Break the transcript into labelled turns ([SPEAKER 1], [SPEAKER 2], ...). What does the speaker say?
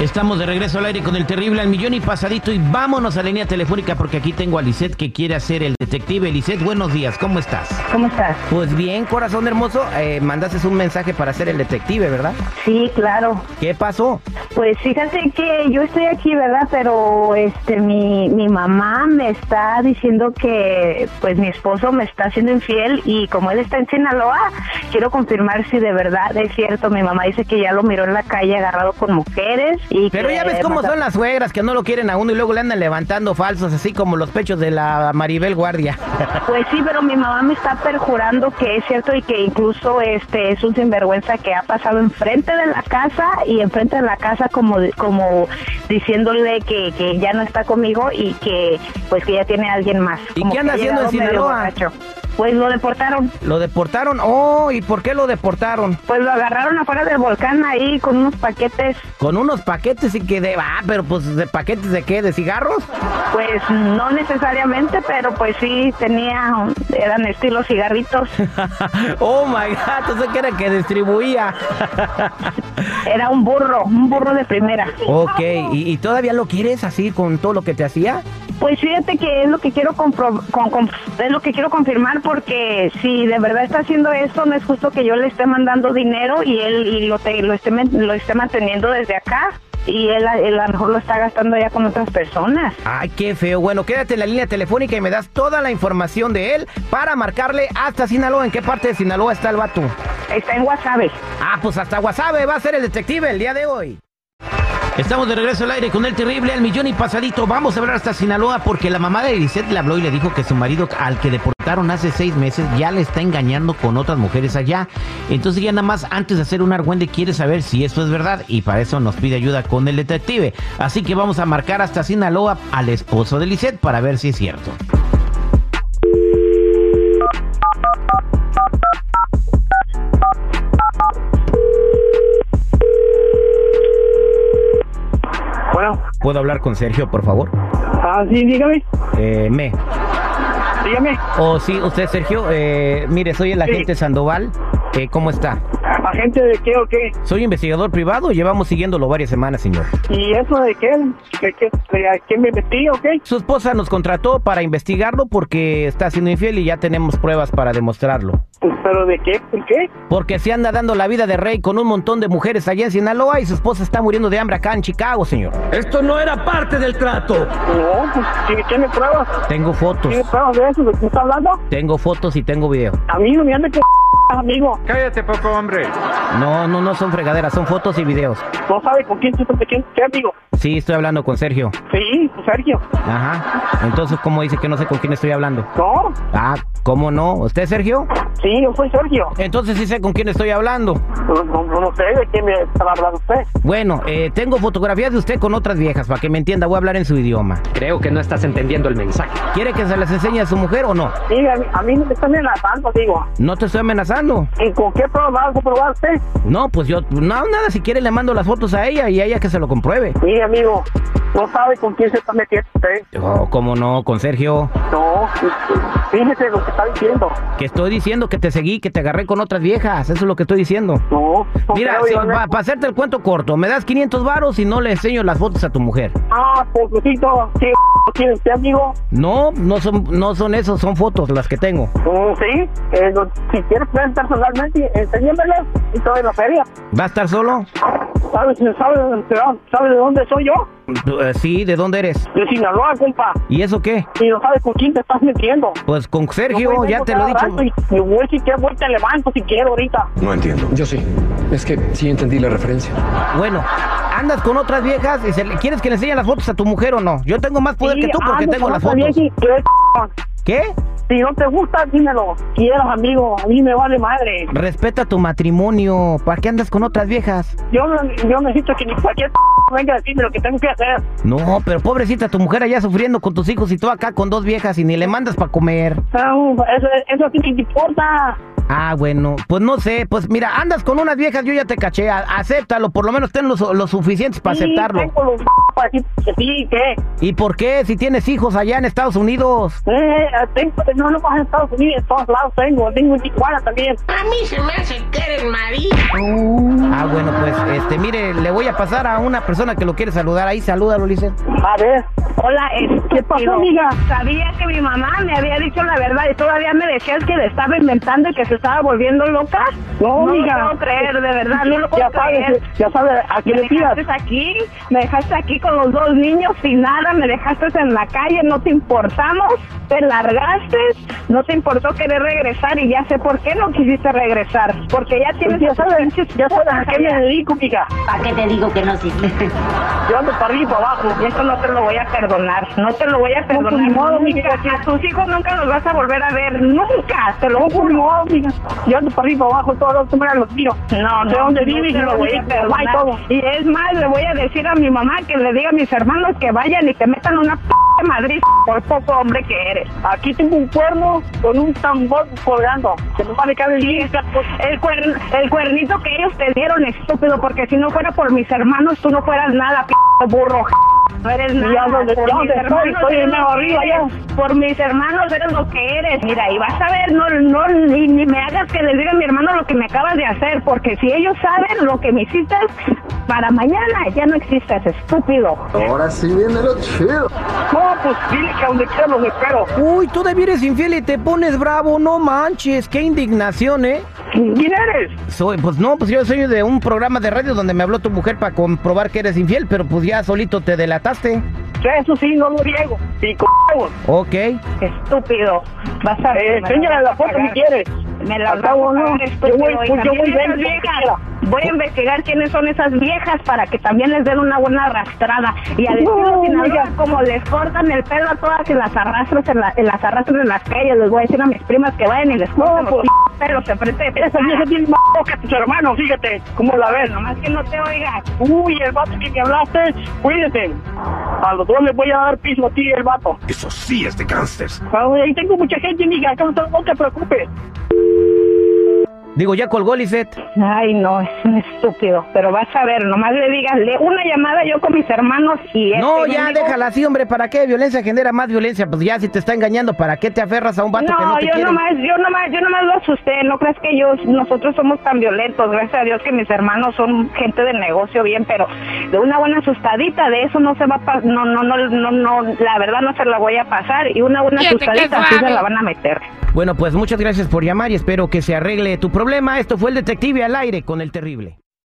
[SPEAKER 1] Estamos de regreso al aire con el terrible al millón y pasadito y vámonos a la línea telefónica porque aquí tengo a Lisette que quiere hacer el detective. Lisette, buenos días, ¿cómo estás?
[SPEAKER 2] ¿Cómo estás?
[SPEAKER 1] Pues bien, corazón hermoso, eh, mandaste un mensaje para hacer el detective, ¿verdad?
[SPEAKER 2] Sí, claro.
[SPEAKER 1] ¿Qué pasó?
[SPEAKER 2] Pues fíjate que yo estoy aquí, ¿verdad? Pero este mi, mi mamá me está diciendo que pues mi esposo me está haciendo infiel y como él está en Sinaloa, quiero confirmar si de verdad es cierto. Mi mamá dice que ya lo miró en la calle agarrado con mujeres y
[SPEAKER 1] Pero
[SPEAKER 2] que
[SPEAKER 1] ya ves cómo
[SPEAKER 2] mata-
[SPEAKER 1] son las suegras que no lo quieren a uno y luego le andan levantando falsos, así como los pechos de la Maribel Guardia.
[SPEAKER 2] Pues sí, pero mi mamá me está perjurando que es cierto y que incluso este es un sinvergüenza que ha pasado enfrente de la casa y enfrente de la casa como como diciéndole que, que ya no está conmigo y que pues que ya tiene a alguien más.
[SPEAKER 1] ¿Y
[SPEAKER 2] Como
[SPEAKER 1] qué anda
[SPEAKER 2] que ha
[SPEAKER 1] haciendo en
[SPEAKER 2] llegado medio
[SPEAKER 1] Sinaloa?
[SPEAKER 2] borracho. Pues lo deportaron,
[SPEAKER 1] ¿Lo deportaron? Oh, ¿y por qué lo deportaron?
[SPEAKER 2] pues lo agarraron afuera del volcán ahí con unos paquetes,
[SPEAKER 1] Con unos paquetes y que de... Ah, pero pues de paquetes de qué, de cigarros.
[SPEAKER 2] pues no necesariamente, pero pues sí tenía, eran estilo cigarritos,
[SPEAKER 1] oh my god, entonces que era que distribuía.
[SPEAKER 2] era un burro, un burro de primera.
[SPEAKER 1] ok, ¿Y, y todavía lo quieres así con todo lo que te hacía?
[SPEAKER 2] Pues fíjate que es lo que quiero compro- con- con- es lo que quiero confirmar porque si de verdad está haciendo eso no es justo que yo le esté mandando dinero y él y lo te- lo esté men- lo esté manteniendo desde acá y él, a- él a lo mejor lo está gastando ya con otras personas.
[SPEAKER 1] Ay, qué feo. Bueno, quédate en la línea telefónica y me das toda la información de él para marcarle hasta Sinaloa. ¿En qué parte de Sinaloa está el vato?
[SPEAKER 2] Está en WhatsApp.
[SPEAKER 1] Ah, pues hasta Wasabe va a ser el detective el día de hoy. Estamos de regreso al aire con el terrible al millón y pasadito. Vamos a hablar hasta Sinaloa porque la mamá de Lisette le habló y le dijo que su marido al que deportaron hace seis meses ya le está engañando con otras mujeres allá. Entonces ya nada más antes de hacer un argüende quiere saber si esto es verdad y para eso nos pide ayuda con el detective. Así que vamos a marcar hasta Sinaloa al esposo de Lisette para ver si es cierto.
[SPEAKER 3] Bueno,
[SPEAKER 1] ¿Puedo hablar con Sergio, por favor?
[SPEAKER 3] ah, sí, dígame,
[SPEAKER 1] Eh, me.
[SPEAKER 3] dígame.
[SPEAKER 1] O Oh, sí, usted Sergio, eh, mire, soy el agente Sandoval. Eh, ¿Cómo está?
[SPEAKER 3] ¿Agente de qué o qué?
[SPEAKER 1] Soy investigador privado, llevamos siguiéndolo varias semanas, señor.
[SPEAKER 3] ¿Y eso de qué? ¿De qué? ¿De a qué me metí o qué?
[SPEAKER 1] Su esposa nos contrató para investigarlo porque está siendo infiel y ya tenemos pruebas para demostrarlo.
[SPEAKER 3] Pues, ¿Pero de qué? ¿Por qué?
[SPEAKER 1] Porque se anda dando la vida de rey con un montón de mujeres allá en Sinaloa y su esposa está muriendo de hambre acá en Chicago, señor.
[SPEAKER 4] Esto no era parte del trato.
[SPEAKER 3] No, pues, ¿tiene, tiene pruebas?
[SPEAKER 1] Tengo fotos,
[SPEAKER 3] ¿Tiene pruebas de eso? ¿De qué está hablando?
[SPEAKER 1] tengo fotos y tengo video.
[SPEAKER 3] Amigo, me ande con amigo.
[SPEAKER 5] Cállate, poco hombre.
[SPEAKER 1] No, no, no son fregaderas, son fotos y videos.
[SPEAKER 3] No sabe con quién te quién qué amigo.
[SPEAKER 1] Sí, estoy hablando con Sergio.
[SPEAKER 3] Sí, pues, Sergio.
[SPEAKER 1] Ajá. Entonces, ¿cómo dice que no sé con quién estoy hablando?
[SPEAKER 3] No,
[SPEAKER 1] Ah, ¿cómo no? ¿Usted, Sergio?
[SPEAKER 3] sí, yo soy Sergio.
[SPEAKER 1] Entonces sí sé con quién estoy hablando.
[SPEAKER 3] No, no, no sé de qué me está hablando usted.
[SPEAKER 1] Bueno, eh, tengo fotografías de usted con otras viejas, para que me entienda, voy a hablar en su idioma.
[SPEAKER 4] Creo que no estás entendiendo el mensaje.
[SPEAKER 1] ¿Quiere que se las enseñe a su mujer o no?
[SPEAKER 3] Sí, a, mí- a mí me está amenazando, digo.
[SPEAKER 1] No te estoy amenazando.
[SPEAKER 3] ¿Y con qué pruebas va a comprobar usted?
[SPEAKER 1] No, pues yo, no, nada, si quiere le mando las fotos a ella y a ella que se lo compruebe.
[SPEAKER 3] Mire, amigo, no sabe con quién se está metiendo usted.
[SPEAKER 1] Oh, cómo no, con Sergio.
[SPEAKER 3] No, fíjese lo que está diciendo.
[SPEAKER 1] Que estoy diciendo que te seguí, que te agarré con otras viejas, eso es lo que estoy diciendo.
[SPEAKER 3] No, no
[SPEAKER 1] Mira,
[SPEAKER 3] creo, dígame.
[SPEAKER 1] para hacerte el cuento corto, me das 500 varos y no le enseño las fotos a tu mujer.
[SPEAKER 3] Ah, pues Lucito, ¿qué tiene usted, amigo?
[SPEAKER 1] No, no son, no son esos, son fotos las que tengo.
[SPEAKER 3] Mm, sí, eh, lo- si quieres pueden personalmente, enséñamelo y todo en la feria.
[SPEAKER 1] ¿Va a estar solo?
[SPEAKER 3] ¿Sabes sabe, de dónde soy yo?
[SPEAKER 1] Eh, Sí, ¿de dónde eres?
[SPEAKER 3] De Sinaloa, compa.
[SPEAKER 1] ¿Y eso qué?
[SPEAKER 3] Y no sabes con quién te estás metiendo.
[SPEAKER 1] Pues con Sergio,
[SPEAKER 3] Yo voy
[SPEAKER 1] ya
[SPEAKER 3] vengo
[SPEAKER 1] te lo he
[SPEAKER 3] cada rato
[SPEAKER 1] dicho.
[SPEAKER 3] Y, y voy si quieres, voy te levanto si quiero ahorita.
[SPEAKER 5] No entiendo.
[SPEAKER 4] Yo sí. Es que sí entendí la referencia.
[SPEAKER 1] Bueno, andas con otras viejas y se le- quieres que le enseñe las fotos a tu mujer o no. Yo tengo más poder
[SPEAKER 3] Sí, ah,
[SPEAKER 1] que tú porque
[SPEAKER 3] ando
[SPEAKER 1] tengo
[SPEAKER 3] con
[SPEAKER 1] las
[SPEAKER 3] otra
[SPEAKER 1] fotos.
[SPEAKER 3] vieja y- qué c-
[SPEAKER 1] ¿Qué?
[SPEAKER 3] Si no te gusta, dímelo. Quieras, amigo. A mí me vale madre.
[SPEAKER 1] Respeta tu matrimonio. ¿Para qué andas con otras viejas?
[SPEAKER 3] Yo, yo necesito que ni cualquier venga a decirme lo que tengo que hacer.
[SPEAKER 1] No, pero pobrecita tu mujer allá sufriendo con tus
[SPEAKER 3] Ah, uh,
[SPEAKER 1] hijos y tú acá con dos viejas y ni le mandas para comer.
[SPEAKER 3] No, eso, eso sí me importa.
[SPEAKER 1] Ah, bueno, pues no sé, pues mira, andas con unas viejas, yo ya te caché, a- acéptalo, por lo menos ten los, los suficientes para aceptarlo.
[SPEAKER 3] Sí, tengo los así que eh, sí, ¿qué?
[SPEAKER 1] ¿Y por qué? Si tienes hijos allá en Estados Unidos.
[SPEAKER 3] Eh, tengo, no nomás en Estados Unidos, en todos lados tengo, tengo en Tijuana también.
[SPEAKER 5] A mí se me hace que eres marido.
[SPEAKER 1] Ah, bueno, pues, este, mire, le voy a pasar a una persona que lo quiere saludar. Ahí, salúdalo, Ulises.
[SPEAKER 3] A ver,
[SPEAKER 2] Hola,
[SPEAKER 3] ¿Qué pasó, amiga?
[SPEAKER 2] Sabía que mi mamá me había dicho la verdad y todavía me decías que le estaba inventando y que se estaba volviendo loca.
[SPEAKER 3] No, amiga.
[SPEAKER 2] No lo puedo creer, de verdad, no lo puedo
[SPEAKER 3] ya sabes,
[SPEAKER 2] creer.
[SPEAKER 3] ya sabes, ¿a quién
[SPEAKER 2] Me
[SPEAKER 3] le tiras?
[SPEAKER 2] dejaste aquí, me dejaste aquí con los dos niños sin nada, me dejaste en la calle, no te importamos, te largaste, no te importó querer regresar y ya sé por qué no quisiste regresar, porque ya tienes
[SPEAKER 3] Pues ya
[SPEAKER 2] a tus
[SPEAKER 3] sabes,
[SPEAKER 2] pinches
[SPEAKER 3] ya sabes a
[SPEAKER 2] cosas
[SPEAKER 3] qué me
[SPEAKER 2] allá.
[SPEAKER 3] dedico, amiga.
[SPEAKER 5] ¿Para qué te digo que no, sí?
[SPEAKER 3] Yo ando para arriba y para abajo.
[SPEAKER 2] Y eso no te lo voy a perdonar, no te lo voy a perdonar.
[SPEAKER 3] pues, ni modo,
[SPEAKER 2] nunca.
[SPEAKER 3] mija, si-
[SPEAKER 2] a tus hijos nunca los vas a volver a ver, nunca, te lo
[SPEAKER 3] No,
[SPEAKER 2] juro.
[SPEAKER 3] por no, amiga. Yo ando para arriba y para abajo, todos los hombres los miro.
[SPEAKER 2] No,
[SPEAKER 3] ¿De dónde vive?
[SPEAKER 2] te
[SPEAKER 3] Y
[SPEAKER 2] lo
[SPEAKER 3] lo
[SPEAKER 2] voy a
[SPEAKER 3] dice, va y
[SPEAKER 2] perdonar.
[SPEAKER 3] todo.
[SPEAKER 2] Y es más, le voy a decir a mi mamá que le diga a mis hermanos que vayan y te metan una p Madrid por poco hombre que eres.
[SPEAKER 3] Aquí tengo un cuerno con un tambor colgando. Que no me cabe el día.
[SPEAKER 2] pues, El, cuern- el cuernito que ellos te dieron, estúpido, porque si no fuera por mis hermanos, tú no fueras nada, p burro. No eres nada.
[SPEAKER 3] ya dónde-
[SPEAKER 2] por
[SPEAKER 3] ya
[SPEAKER 2] mis
[SPEAKER 3] dónde estoy,
[SPEAKER 2] hermanos
[SPEAKER 3] estoy
[SPEAKER 2] eres
[SPEAKER 3] en
[SPEAKER 2] lo que
[SPEAKER 3] arriba
[SPEAKER 2] eres. Por mis hermanos eres lo que eres. Mira, y vas a ver, no, no, ni, ni me hagas que les diga a mi hermano lo que me acabas de hacer, porque si ellos saben lo que me hiciste, para mañana ya no existes, estúpido.
[SPEAKER 6] Ahora sí viene lo chido.
[SPEAKER 3] No, pues dile que a donde quiera los espero.
[SPEAKER 1] Uy, tú de eres infiel y te pones bravo, no manches, qué indignación, ¿eh?
[SPEAKER 3] ¿Quién eres?
[SPEAKER 1] Soy, pues no, pues yo soy de un programa de radio donde me habló tu mujer para comprobar que eres infiel, pero pues ya solito te delataste.
[SPEAKER 3] Eso sí, no lo niego. Y con huevos.
[SPEAKER 1] Ok.
[SPEAKER 2] Estúpido. Vas a
[SPEAKER 3] Eh,
[SPEAKER 2] ver. me
[SPEAKER 3] enséñale
[SPEAKER 2] las
[SPEAKER 3] la
[SPEAKER 2] vas a
[SPEAKER 3] foto si
[SPEAKER 2] pagar.
[SPEAKER 3] quieres.
[SPEAKER 2] Me la vas a
[SPEAKER 3] Acabo, no.
[SPEAKER 2] pagar,
[SPEAKER 3] Yo
[SPEAKER 2] estúpido.
[SPEAKER 3] voy,
[SPEAKER 2] Y
[SPEAKER 3] pues yo voy,
[SPEAKER 2] también
[SPEAKER 3] ven.
[SPEAKER 2] esas viejas. Voy a investigar quiénes son esas viejas para que también les den una buena arrastrada. Y al estilo
[SPEAKER 3] No,
[SPEAKER 2] Sinaloa,
[SPEAKER 3] oiga.
[SPEAKER 2] como les cortan el pelo a todas y las arrastran en, la- en las arrastran en las calles, les voy a decir a mis primas que vayan y les corten
[SPEAKER 3] pues.
[SPEAKER 2] los p- pelos enfrente de
[SPEAKER 3] Esa vieja tiene más voz que tus hermanos, fíjate. ¿Cómo la ves?
[SPEAKER 2] Nomás que no te oiga.
[SPEAKER 3] Uy, el vato que me hablaste, cuídate. A los dos les voy a dar piso a ti, el vato.
[SPEAKER 7] Eso sí es de gángsters.
[SPEAKER 3] Ay, ahí tengo mucha gente, amiga. acá No te- no te preocupes.
[SPEAKER 1] Digo, ya colgó Lisette.
[SPEAKER 2] Ay, no, es un estúpido. Pero vas a ver, nomás le digas le- una llamada yo con mis hermanos y...
[SPEAKER 1] No,
[SPEAKER 2] este
[SPEAKER 1] ya
[SPEAKER 2] único-
[SPEAKER 1] déjala así, hombre, ¿para qué? Violencia genera más violencia. Pues ya si te está engañando, ¿para qué te aferras a un vato que no te
[SPEAKER 2] yo
[SPEAKER 1] quiere?
[SPEAKER 2] nomás, yo nomás, yo nomás lo asusté, no creas que yo, nosotros somos tan violentos, gracias a Dios que mis hermanos son gente de negocio bien, pero de una buena asustadita, de eso no se va a pa- no, no, no, no, no, la verdad no se la voy a pasar, y una buena
[SPEAKER 5] Fíjate qué
[SPEAKER 2] asustadita sí se
[SPEAKER 5] suave.
[SPEAKER 2] la van a meter.
[SPEAKER 1] Bueno, pues muchas gracias por llamar y espero que se arregle tu problema. Esto fue el Detective al aire con el Terrible.